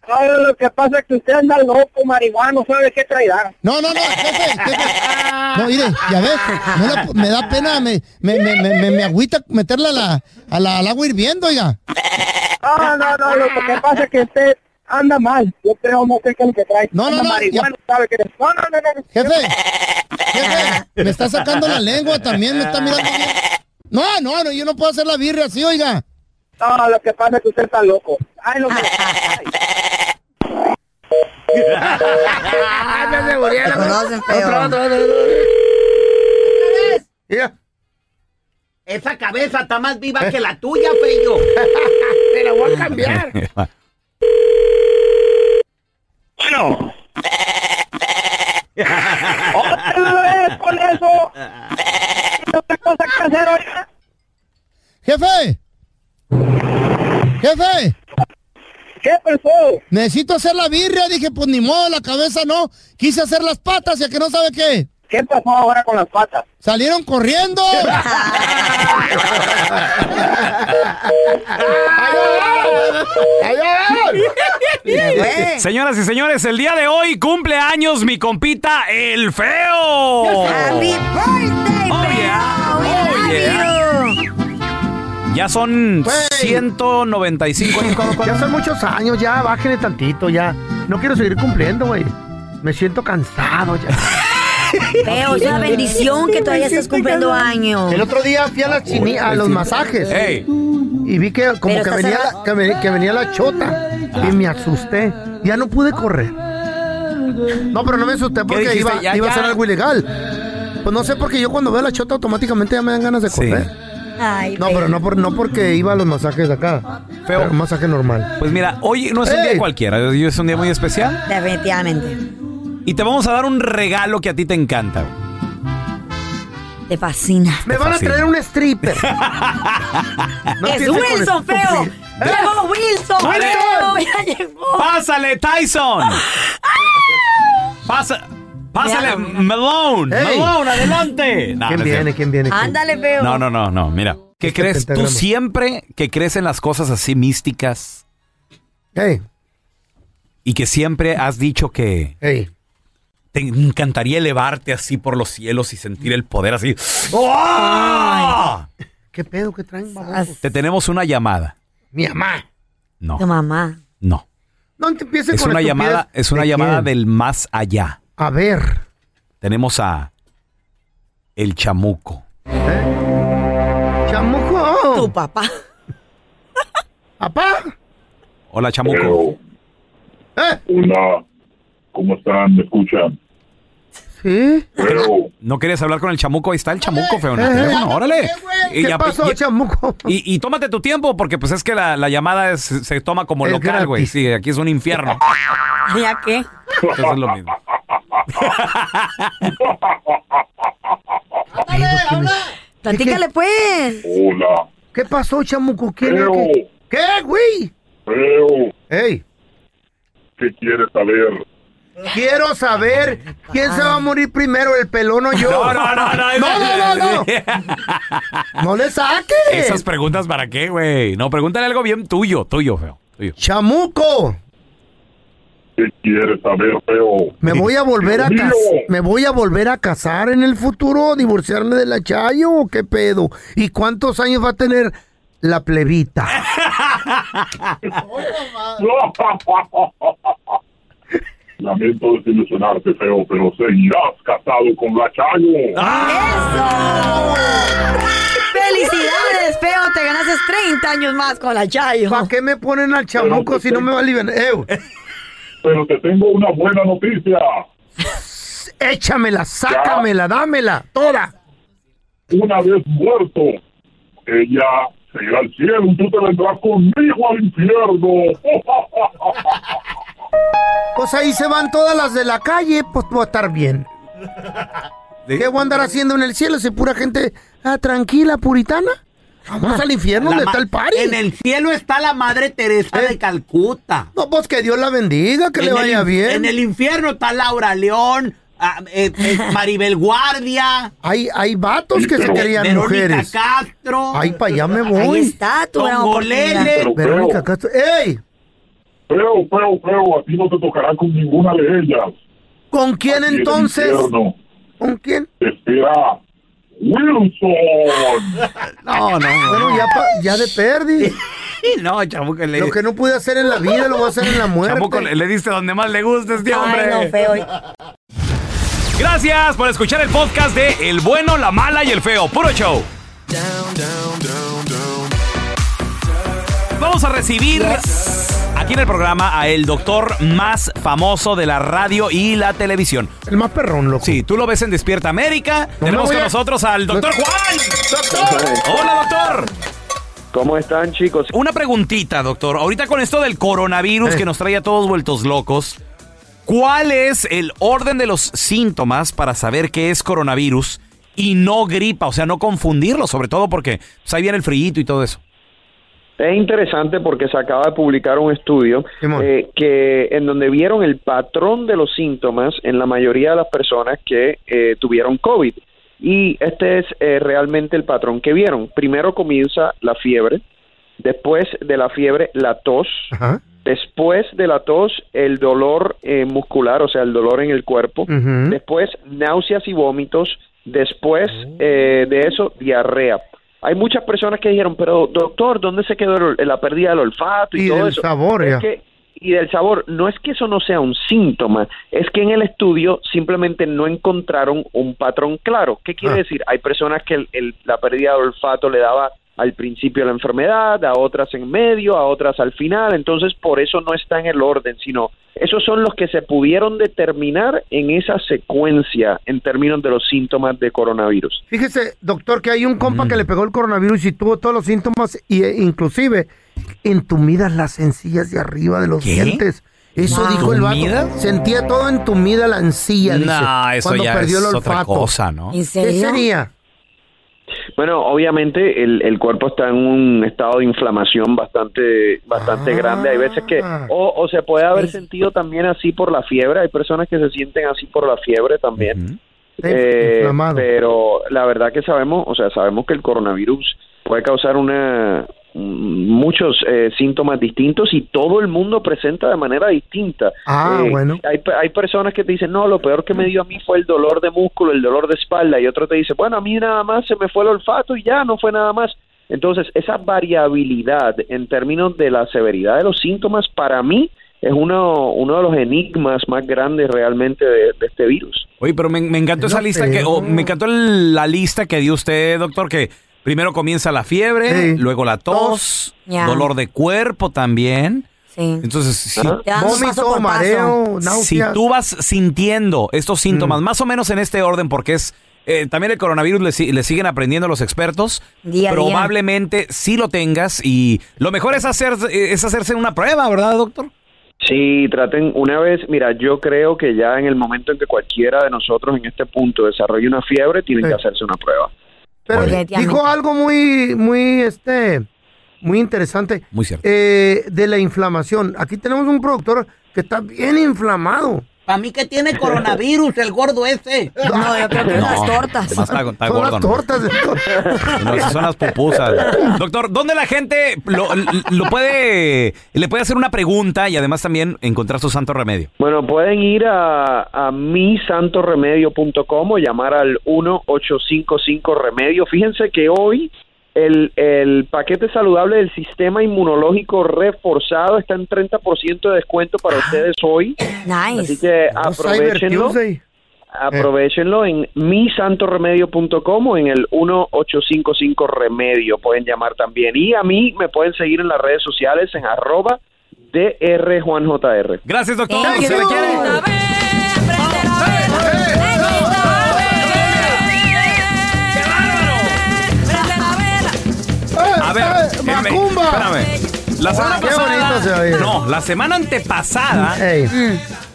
Ay, lo que pasa es que usted anda loco, marihuano, ¿sabe qué traerá?
No, no, no, jefe, jefe. No, mire, ya ves, no la- me da pena, me, me, me, me, me- me agüita meterla a la, a la- al agua hirviendo, oiga.
No, Ah, no, no, lo que pasa es que usted anda mal. Yo creo, no sé qué es lo que trae.
No, no,
Anda
no,
marihuano, ¿sabe qué? No, no, no, no.
Jefe, jefe, me está sacando la lengua también, me está mirando bien. No, no, no, yo no puedo hacer la birria así, oiga.
No, lo que pasa es que usted está loco. Ay, no me...
Ya se volvieron. Otra, otra, otra. Ya.
Esa cabeza está más viva que la tuya, feyo.
Te la voy a cambiar.
Bueno. ¡Otra vez con eso! ¿Qué otra cosa que hacer oiga?
Jefe, jefe.
¿Qué pasó?
Necesito hacer la birria, dije, pues ni modo, la cabeza no. Quise hacer las patas, ya que no sabe qué.
¿Qué pasó ahora con las patas?
Salieron corriendo.
Señoras y señores, el día de hoy cumple años mi compita el feo. Oh, Ya son 195 años.
Ya son muchos años, ya, bájenle tantito, ya. No quiero seguir cumpliendo, güey. Me siento cansado ya.
Pero es una Eh, bendición que todavía estás cumpliendo años.
El otro día fui a, las chini- a los masajes. Y vi que como
Pero
que
está
venía,
cerrada.
la, que, ve- que venía la chota. Y me asusté. Ya no pude correr. No, pero no me asusté porque
dijiste?
iba,
Ya,
iba a
ya.
ser algo ilegal. Pues no sé, porque yo cuando veo la chota automáticamente ya me dan ganas de correr.
Ay,
No, pero no, por, no porque iba a los masajes acá. Pero un masaje normal.
Pues mira, hoy no es un día cualquiera, hoy es un día muy especial.
Definitivamente.
Y te vamos a dar un regalo que a ti te encanta. güey.
Te fascina.
Me van a
fascina.
traer un stripper.
es
empiece con
Wilson,
estúpido.
feo. Llegó Wilson,
¡Wilson!
feo. Ya llegó.
¡Pásale, Tyson! Pasa- ¡Pásale, Malone!
Ey.
¡Malone, adelante!
¿Quién
es
viene?
cierto.
¿Quién viene? ¿Quién?
Ándale, feo.
No, no, no, no, mira. ¿Qué
Este
crees? Tú
pentagrama.
siempre que crees en las cosas así místicas. Y que siempre has dicho que. Te encantaría elevarte así por los cielos y sentir el poder así. ¡Oh!
¿Qué pedo que traen? babosos?
Te tenemos una llamada.
Mi mamá.
No.
Tu mamá.
No.
No te empieces
Es
con
una
estupidez.
llamada, es una
¿De
llamada
quién?
del más allá.
A ver.
Tenemos a El Chamuco.
¡Chamuco!
Tu papá.
¿Papá?
Hola, Chamuco.
¿Eh?
Hola, ¿cómo están? ¿Me escuchan?
¿Sí?
¿No querías hablar con el chamuco? Ahí está el chamuco, feo. en el
Eh,
teléfono,
eh,
¡Órale!
¿Qué pasó, chamuco?
Y, y tómate tu tiempo, porque pues es que la, la llamada es- se toma como
Es
local, güey.
gratis.
Sí, aquí es un infierno.
¿Ya qué?
Entonces es lo mismo.
Platícale, pues.
Hola,
¿Qué pasó, chamuco? ¿Quién es?
Pero-
¿Qué- ¿Qué, güey?
Leo.
Hey.
¿Qué quieres saber?
Quiero saber quién se va a morir primero, el pelón o yo.
No, no, no, no.
No, no, ah, no, no. No le saques.
¿Esas preguntas para qué, güey? No, pregúntale algo bien tuyo, tuyo, feo. Tuyo.
Chamuco,
¿Qué quieres saber, feo?
me voy a volver a
Dios
cas-
mío.
me voy a volver a casar en el futuro, divorciarme de la Chayo o qué pedo? ¿Y cuántos años va a tener la plebita?
Lamento desilusionarte, feo, pero seguirás casado con la Chayo.
Ah,
¡Felicidades, feo! Te ganaste 30 años más con la Chayo.
¿Para qué me ponen al chamuco si no me va a liberar?
Pero te tengo una buena noticia.
Échamela, sácamela, dámela, toda.
Una vez muerto, ella se irá al cielo y tú te vendrás conmigo al infierno.
Pues ahí se van todas las de la calle, pues voy a estar bien. ¿Qué voy a andar haciendo en el cielo si pura gente ah, tranquila, puritana? Vamos al infierno
La
donde
ma-
está el party. Eh.
En el cielo está la madre Teresa de Calcuta.
No, pues que Dios la bendiga, que le vaya bien.
En el infierno está Laura León, ah, eh, eh, Maribel Guardia.
Hay, hay vatos que se querían mujeres.
Castro.
Ahí para allá me voy.
Ahí está tu gran Tongolele. oportunidad.
Verónica Castro. ¡Ey!
Feo, feo, feo, a ti no te tocará con ninguna de ellas.
¿Con quién
Aquí el
entonces?
infierno
¿Con quién?
Te espera Wilson.
No, no.
Bueno, ya, pa- ya de perdí.
No, chamuco le
Lo que no pude hacer en la vida lo voy a hacer en la muerte.
Chamuco le, le diste donde más le gusta a este hombre.
feo.
Gracias por escuchar el podcast de El Bueno, la Mala y el Feo. Puro show. Vamos a recibir aquí en el programa a el doctor más famoso de la radio y la televisión.
El más perrón, loco.
Sí, tú lo ves en Despierta América.
me
Tenemos
voy
con
a-
nosotros al doctor
No-
Juan. Hola, doctor.
¿Cómo están, chicos? Eh.
Una preguntita, doctor. Ahorita con esto del coronavirus que nos trae a todos vueltos locos, ¿cuál es el orden de los síntomas para saber qué es coronavirus y no gripa? O sea, no confundirlo, sobre todo porque pues, ahí viene el frillito y todo eso.
Es interesante porque se acaba de publicar un estudio eh, que en donde vieron el patrón de los síntomas en la mayoría de las personas que eh, tuvieron COVID. Y este es eh, realmente el patrón que vieron. Primero comienza la fiebre, después de la fiebre la tos, después de la tos el dolor eh, muscular, o sea, el dolor en el cuerpo,
Ujú.
después náuseas y vómitos, después eh, de eso diarrea. Hay muchas personas que dijeron, pero doctor, ¿dónde se quedó el- la pérdida del olfato y,
Y
todo
del
eso?
sabor,
Es
ya.
que y del sabor, no es que eso no sea un síntoma, es que en el estudio simplemente no encontraron un patrón claro. ¿Qué quiere decir? Hay personas que el- el- la pérdida de olfato le daba al principio la enfermedad, a otras en medio, a otras al final, entonces por eso no está en el orden, sino esos son los que se pudieron determinar en esa secuencia en términos de los síntomas de coronavirus.
Fíjese, doctor, que hay un
Mm.
compa que le pegó el coronavirus y tuvo todos los síntomas, y, eh, inclusive entumidas las encillas de arriba de los dientes. Eso
Wow.
dijo el vato.
¿Entumida?
Sentía todo entumida la encilla, dice,
No, eso
cuando
ya
perdió
es
el olfato.
otra cosa, ¿no?
¿Qué sería?
Bueno, obviamente el, el cuerpo está en un estado de inflamación bastante bastante grande. Hay veces que o, o se puede haber sentido también así por la fiebre. Hay personas que se sienten así por la fiebre también. Eh, pero la verdad que sabemos, o sea, sabemos que el coronavirus puede causar una mm, muchos eh, síntomas distintos y todo el mundo presenta de manera distinta.
Ah,
Eh,
bueno.
Hay, pe- hay personas que te dicen, no, lo peor que me dio a mí fue el dolor de músculo, el dolor de espalda, y otro te dice, bueno, a mí nada más se me fue el olfato y ya, no fue nada más. Entonces, esa variabilidad en términos de la severidad de los síntomas, para mí, es uno, uno de los enigmas más grandes realmente de- de este virus.
Oye, pero me, me encantó esa lista que, o me encantó el- la lista que dio usted, doctor, que primero comienza la fiebre, luego la tos,
Ya.
dolor de cuerpo también.
Sí.
Entonces, si,
Te dan Vómito, paso por paso. mareo,
si
náuseas. Mm.
tú vas sintiendo estos síntomas, más o menos en este orden, porque es eh, también el coronavirus le, si- le siguen aprendiendo los expertos,
Día a día.
probablemente sí lo tengas y lo mejor es, hacer, es hacerse una prueba, ¿verdad, doctor?
Sí, traten una vez, mira, yo creo que ya en el momento en que cualquiera de nosotros en este punto desarrolle una fiebre, tienen que hacerse una prueba.
Pero dijo algo muy, muy, este, muy interesante.
Muy cierto.
Eh, de la inflamación. Aquí tenemos un productor que está bien inflamado.
Para mí que tiene coronavirus el gordo ese.
No, yo creo que
No, más está- está
Son
gordo,
las
¿no?
tortas.
No, esas son las pupusas. Doctor, ¿dónde la gente lo, lo puede, le puede hacer una pregunta y además también encontrar su santo remedio?
Bueno, pueden ir a, a misantoremedio.com o llamar al 1-855-REMEDIO. Fíjense que hoy el, el paquete saludable del sistema inmunológico reforzado está en 30% de descuento para ustedes hoy. Así que aprovechenlo. Aprovechenlo en misantoremedio.com o en el 1855remedio. Pueden llamar también. Y a mí me pueden seguir en las redes sociales en arroba drjuanjr.
Gracias, doctor.
Se le quiere.
A ver,
eh,
espérame,
Macumba.
espérame. La semana
Ah, qué
pasada,
bonito se oye.
no, la semana antepasada,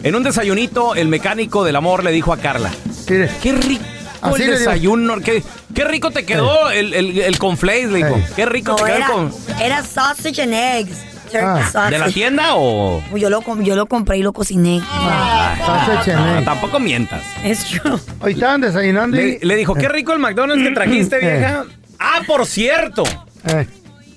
en un desayunito, el mecánico del amor le dijo a Carla, qué rico
Así
el
le digo.
desayuno, qué, qué rico te quedó el, el, el conflace", le dijo, qué rico te
No,
quedó el
era,
con...
era sausage and eggs. Turkey
Ah.
sausage.
¿De la tienda o...?
Yo lo, com- yo lo compré y lo cociné.
Ah,
Sausage and egg. Tampoco mientas.
Es true.
Hoy estaban desayunando.
Le, le dijo, qué rico el McDonald's que trajiste,
Eh.
vieja. Ah, por cierto.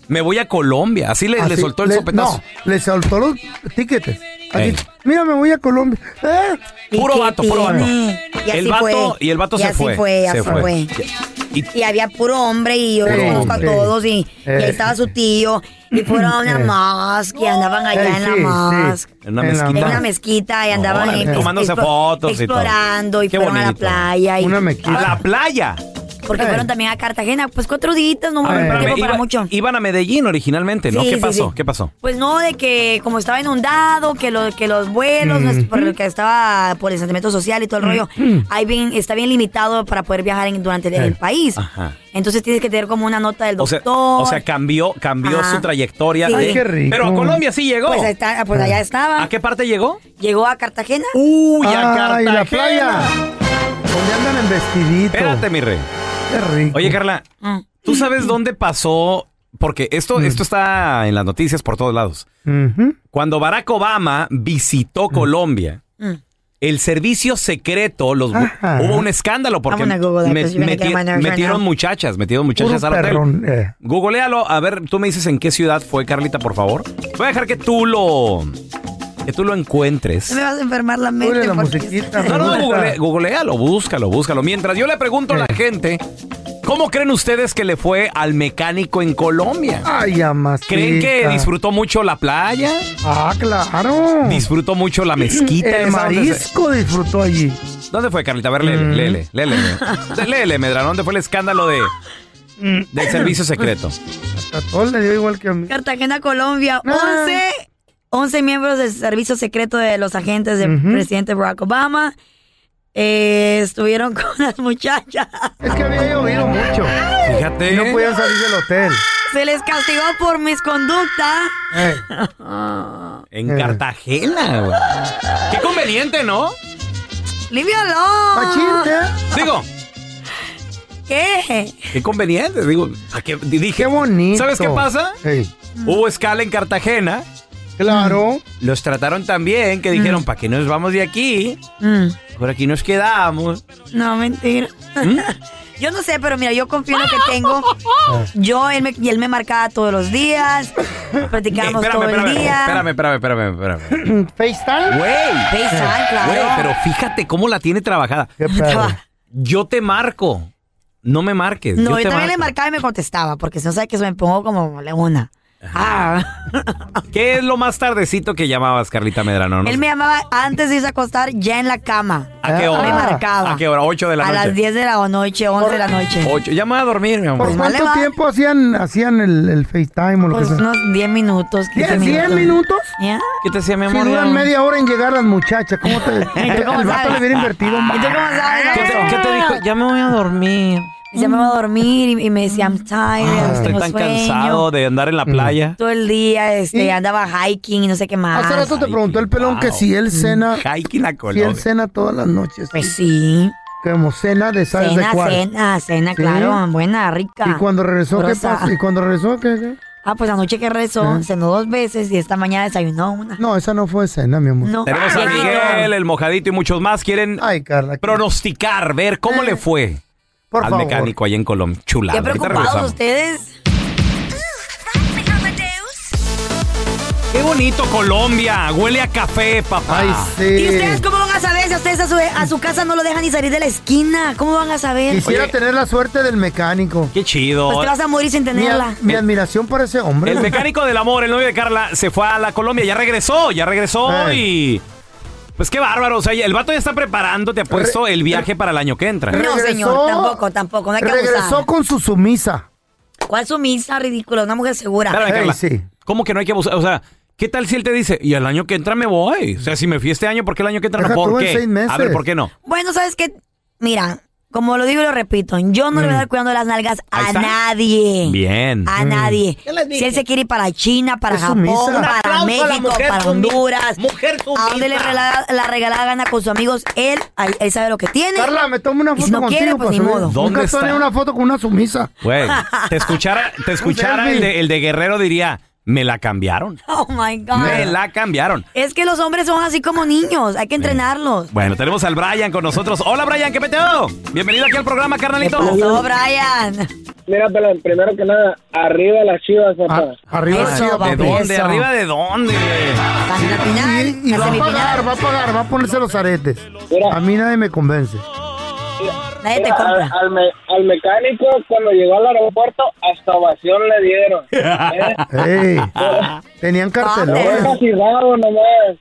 Me voy a Colombia. Así le, le
Así,
soltó el
le-
sopetazo.
No, le soltó los tiquetes. Así,
Ey.
Mira, me voy a Colombia. Eh.
Eh, Puro vato, puro vato.
Y así
el vato,
fue.
Y el vato
Y
se
así
fue.
fue,
se
así fue.
Y-
Y había puro hombre y yo los
Puro
conozco a
hombre.
todos y, y ahí
Eh.
estaba su tío y fueron a una
Eh.
mosque y andaban allá
Ey,
en la
sí, sí.
mosque.
En una
En
mezquita. eh.
una mezquita y andaban
Órale,
en-
tomándose
explo-
fotos y todo.
explorando y
Qué
fueron a la
bonito.
playa. Y,
A la playa.
Porque fueron también a Cartagena. Pues cuatro días, no me
A ver,
dio
espérame,
tiempo para
iba-
mucho.
Iban a Medellín originalmente, ¿no?
Sí,
¿Qué
sí,
pasó?
sí.
¿Qué pasó?
Pues no, de que como estaba inundado, que, lo- que los vuelos,
Mm.
no es por lo que estaba por el sentimiento social y todo el rollo, ahí bien, está bien limitado para poder viajar en- durante el, el país.
Ajá.
Entonces tienes que tener como una nota del
O sea,
Pues, doctor.
o sea, cambió, cambió
Ajá.
su trayectoria.
Sí.
de- Pero a Colombia sí llegó.
Pues, ahí está- pues allá estaba.
¿A qué parte llegó?
Llegó a Cartagena.
¡Uy,
a Ay, la Cartagena. playa. ¿Dónde andan en vestidito?
Espérate, mi rey. Oye, Carla,
Mm.
¿tú sabes dónde pasó? Porque esto,
Mm.
esto está en las noticias por todos lados. Cuando Barack Obama visitó
Mm.
Colombia, el servicio secreto, los,
Ajá.
hubo un escándalo porque
I'm gonna Google that,
me-
'cause you're gonna
meti-
get my nerves right
metieron
now.
muchachas, metieron muchachas
Puro
al
perrón,
hotel.
eh.
Googlealo, a ver, tú me dices en qué ciudad fue, Carlita, por favor. Voy a dejar que tú lo, que tú lo encuentres.
Me vas a enfermar la mente.
Ponle la
porque-
musiquita.
No, no,
me gusta.
google- googlealo, búscalo, búscalo. Mientras yo le pregunto a la gente ¿Cómo creen ustedes que le fue al mecánico en Colombia?
Ay, amas.
¿Creen que disfrutó mucho la playa?
Ah, claro.
¿Disfrutó mucho la mezquita?
El
esa donde se-
marisco disfrutó allí.
¿Dónde fue, Carlita? A ver, léele,
Mm.
léele, léele. De- léele, Medrano. ¿Dónde fue el escándalo de,
Mm.
del servicio secreto?
A todos le dio igual que a mí. Ah.
Cartagena, Colombia. 11, 11 miembros del servicio secreto de los agentes del
Ujú.
presidente Barack Obama eh, estuvieron con las muchachas.
Es que había llovido mucho.
Fíjate.
Y no podían salir del hotel.
Se les castigó por misconducta.
Eh.
Eh.
En Cartagena, güey. Qué conveniente, ¿no?
¡Límpialo!
¿eh?
Digo,
¿Qué?
qué conveniente. Digo, ¿a qué, dije, bonito. ¿Sabes qué pasa? Hubo escala en Cartagena. Mm.
Claro. Mm.
Los trataron tan bien que dijeron, ¿para qué nos vamos de aquí? Por aquí nos quedamos.
No, mentira.
¿Mm?
Yo no sé, pero mira, yo confío en lo que tengo.
Ah.
Yo, él me, y él me marcaba todos los días. Platicábamos todo el
espérame,
día.
espérame, espérame, espérame, espérame.
FaceTime.
Güey.
FaceTime, claro.
Güey, pero fíjate cómo la tiene trabajada. Yo te marco. No me marques.
No, yo,
yo te
también le
marco.
marcaba y me contestaba, porque si no sabes que se me pongo como leona. Ah.
¿Qué es lo más tardecito que llamabas, Carlita Medrano? No
Él
sé.
me llamaba antes de irse a acostar, ya en la cama.
¿A qué hora?
Me marcaba.
¿A qué hora? ¿Ocho de la
a
noche?
las 10 de la noche, 11 de la noche.
Ocho. Ya me voy a dormir, mi amor.
¿Por cuánto tiempo hacían, hacían el, el FaceTime o lo
Pues
que sea?
unos 10 minutos, 15
¿Diez- diez
minutos.
minutos?
¿Ya?
¿Qué te decía, mi
Si
amor?
duran
Ya.
media hora en llegar las muchachas, ¿cómo te.? el
cómo
vato
sabes?
le hubiera invertido más.
¿Qué te, dijo?
Ya me voy a dormir.
Ya me voy a dormir y, y me decía, I'm tired,
Ah, Estoy
tengo
tan
sueño.
cansado de andar en
Mm.
la playa.
Todo el día este, andaba hiking y no sé qué más.
Hace rato te preguntó el pelón que si él cena.
Mm, Hiking a
Si
Colombia.
él cena todas las noches.
Pues sí.
Como cena de ¿sabes
Cena,
de cuál?
cena, cena,
Sí.
claro, buena, rica.
Y cuando regresó, ¿qué
Grosa.
pasó? ¿Y cuando regresó, qué? qué?
Ah, pues anoche que rezó,
Ajá.
cenó dos veces y esta mañana desayunó una.
No, esa no fue cena, mi amor.
No.
Tenemos a Miguel, el mojadito y muchos más. Quieren pronosticar, ver cómo le fue
Por
al
favor.
mecánico allá en Colombia. Chulada.
Eh. Qué
Ahorita
preocupados
regresamos.
ustedes.
Qué bonito Colombia. Huele a café, papá. Ay,
¿Y ustedes cómo van a saber si a ustedes a su, a su casa no lo dejan ni salir de la esquina? ¿Cómo van a saber?
Quisiera tener la suerte del mecánico.
Qué chido.
Pues te vas a morir sin
Mi,
tenerla.
mi admiración para ese hombre.
El mecánico del amor, el novio de Carla, se fue a la Colombia, ya regresó, ya regresó y. Pues qué bárbaro, o sea, ya- el vato ya está preparando, te ha puesto el viaje para el año que entra.
No, señor, tampoco, tampoco. No hay que abusar.
Regresó con su sumisa.
¿Cuál sumisa? Ridículo, una mujer segura.
Espérame, Carla, ¿Cómo que no hay que abusar? O sea, ¿qué tal si él te dice, y el año que entra me voy? O sea, si me fui este año, ¿por qué el año que entra no?
Deja tú
¿Por
en
qué?
seis meses.
A ver, ¿por qué no?
Bueno, ¿sabes qué? Mira, como lo digo y lo repito, yo
Mm.
no le voy a dar cuidando las nalgas a nadie.
Bien.
A
Mm.
nadie. Si él se quiere ir para China, para
Es
Japón,
sumisa. Un
para
aplauso a la
México,
mujer
para
sumisa.
Honduras, a donde le regala, la regalada gana con sus amigos, él, a- él sabe lo que tiene.
Carla, me tomo una
Y
foto
si no
contigo
quiere, pues
para
ni
subir.
modo.
¿Dónde
Nunca
está?
tomé una foto con una sumisa.
Güey, te escuchara, te escuchara
selfie.
el, de, el de Guerrero diría, me la cambiaron.
Oh my God.
Me la cambiaron.
Es que los hombres son así como niños, hay que entrenarlos.
Bueno, tenemos al Brian con nosotros. Hola, Brian, ¿qué peteo? Bienvenido aquí al programa, carnalito.
No, Brian.
Mira, pelón, primero que nada, arriba las chivas, papá.
Ah, arriba
las Eso, chivas, papi, ¿de dónde? eso. ¿Arriba de dónde?
Y, y va a pagar, va a pagar, va a ponerse los aretes. A mí nadie me convence.
Nadie te
compra. Al, me- al mecánico, cuando llegó al aeropuerto, hasta ovación le dieron. ¿eh?
Ey, tenían
Ah,
Fue
cartelones.
castigado nomás.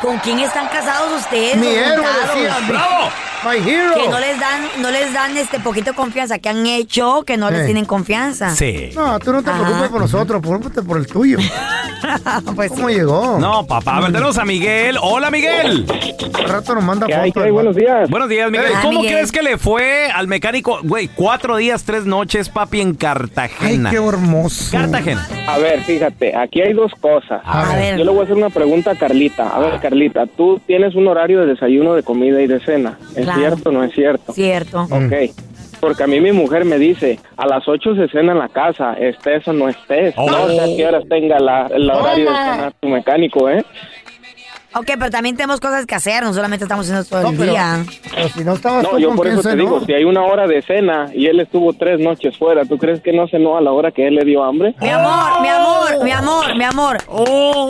¿Con quién están casados ustedes?
Mi héroe,
Juntados.
decían. ¡Bravo! My hero.
Que no les dan, no les dan este poquito confianza, que han hecho, que no les
Eh.
tienen confianza.
Sí.
No, tú no te
Ajá.
preocupes por nosotros, preocúpate por el tuyo.
Pues
¿Cómo llegó?
No, papá.
Mm.
A ver, tenemos a Miguel. Hola, Miguel.
Al rato nos manda fotos.
buenos días. Buenos días, Miguel.
Hey. Ah,
¿Cómo
Miguel.
crees que le fue al mecánico? Güey, cuatro días, tres noches, papi, en Cartagena.
Ay, qué
hermoso.
Cartagena.
A ver, fíjate, aquí hay dos cosas. Yo le voy a hacer una pregunta a Carlita. A ver, Carlita, tú tienes un horario de desayuno, de comida y de cena. ¿Es
Claro.
cierto o no es cierto?
Cierto.
Mm. Ok. Porque a mí mi mujer me dice, a las 8 se cena en la casa, estés o no estés.
Oh.
No sé a qué horas tenga la, el horario de
Toma.
cenar tu mecánico, ¿eh?
Ok, pero también tenemos cosas que hacer, no solamente estamos haciendo todo el día.
Pero si no estabas
No,
tú
yo
con
por
quién
eso te
cenó.
digo, si hay una hora de cena y él estuvo tres noches fuera, ¿tú crees que no cenó a la hora que él le dio hambre?
Mi amor, mi amor, mi amor, mi amor.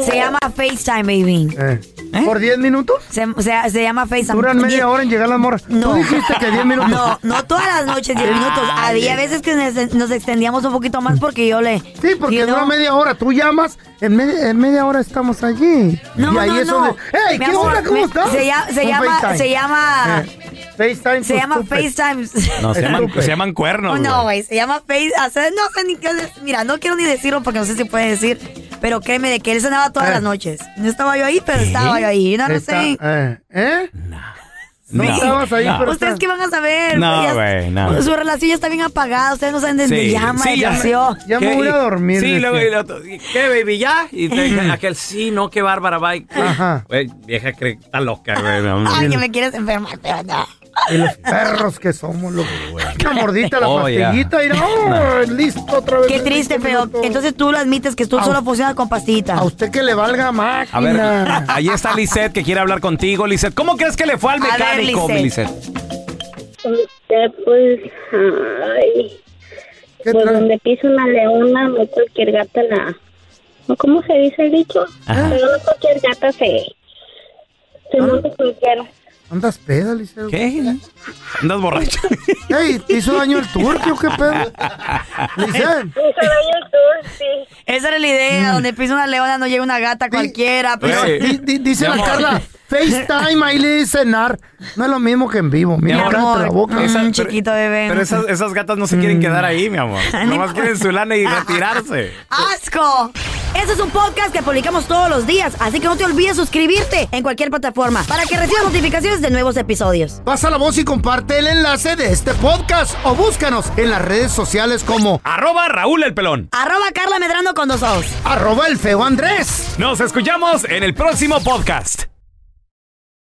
Se llama FaceTime, baby.
Eh.
¿Eh?
¿Por 10 minutos?
Se, se- se llama FaceTime.
Duran media
Die-
hora en llegar las morras.
No.
Tú dijiste que 10 minutos. Ah,
No, no todas las noches 10 minutos. Había veces que nos, nos extendíamos un poquito más porque yo le...
Sí, porque dura media hora. Tú llamas, en, me- en media hora estamos allí.
No,
y ahí
no,
es
no.
donde- ¡Ey,
Mi
qué
amor,
onda! ¿Cómo
me-
estás?
se llama- se
Un
llama-
FaceTime.
se llama-
Eh, FaceTime. pues.
Se
for
llama
stupid.
FaceTime.
No, se llaman, se llaman
Oh,
cuernos.
no,
güey.
güey, se llama Face. o sea, no sé ni qué. Mira, no quiero ni decirlo porque no sé si puede decir. Pero créeme de que él cenaba todas
Eh.
las noches. No estaba yo ahí, pero estaba yo ahí. No, no
Está-
sé.
eh, ¿Eh? No.
No.
estabas ahí,
No.
pero
¿Ustedes
está-
qué van a saber? pues,
No,
Ya-
güey, no.
Su relación ya está bien apagada. Ustedes no saben desde
Sí,
llama,
sí, ya me-
depresión.
¿Qué? Sí, luego
decía.
y la otra, ¿Qué, baby, ya? Y te dije aquel, sí, no, qué bárbara, bye. Güey, vieja cree que está loca, güey. no, no.
Ay, que me quieres enfermar, pero no.
Y los perros que somos, loco. Una mordita a la
Oh, ya.
pastillita y no, listo otra vez.
Qué triste, feo. Entonces tú lo admites que tú solo funcionas con pastillita. A
usted que le valga más.
A ver, ahí está Lisette que quiere hablar contigo. Lisette, ¿cómo crees que le fue al
A ver,
mecánico, mi
Lisette.
Lisette?
Usted, pues, ay, pues donde piso una leona, no cualquier gata la... ¿no? ¿Cómo se dice el dicho? Pero no cualquier gata se... Se monta con cualquiera.
¿Andas peda, Liceo?
¿Qué? ¿Andas borracho?
Ey, ¿te hizo daño el turco? ¿Qué pedo? Lisette.
Esa era la idea. Donde pisa una leona no llega una gata cualquiera. Pero
Ah, Di- di- di- dice
Mi
la
amor.
Carla, FaceTime, ahí le dice cenar. No es lo mismo que en vivo.
Mi
Mira,
amor,
cállate la boca.
esa- pero-
Mm, chiquito bebé.
Pero esas, esas gatas no se quieren quedar ahí, mi amor. Nomás quieren su lana y retirarse.
¡Asco! Este es un podcast que publicamos todos los días, así que no te olvides suscribirte en cualquier plataforma para que recibas notificaciones de nuevos episodios.
Pasa la voz y comparte el enlace de este podcast o búscanos en las redes sociales como
Arroba Raúl el pelón.
Arroba Carla Medrano con dos ojos.
arroba el feo Andrés.
Nos escuchamos en el próximo podcast.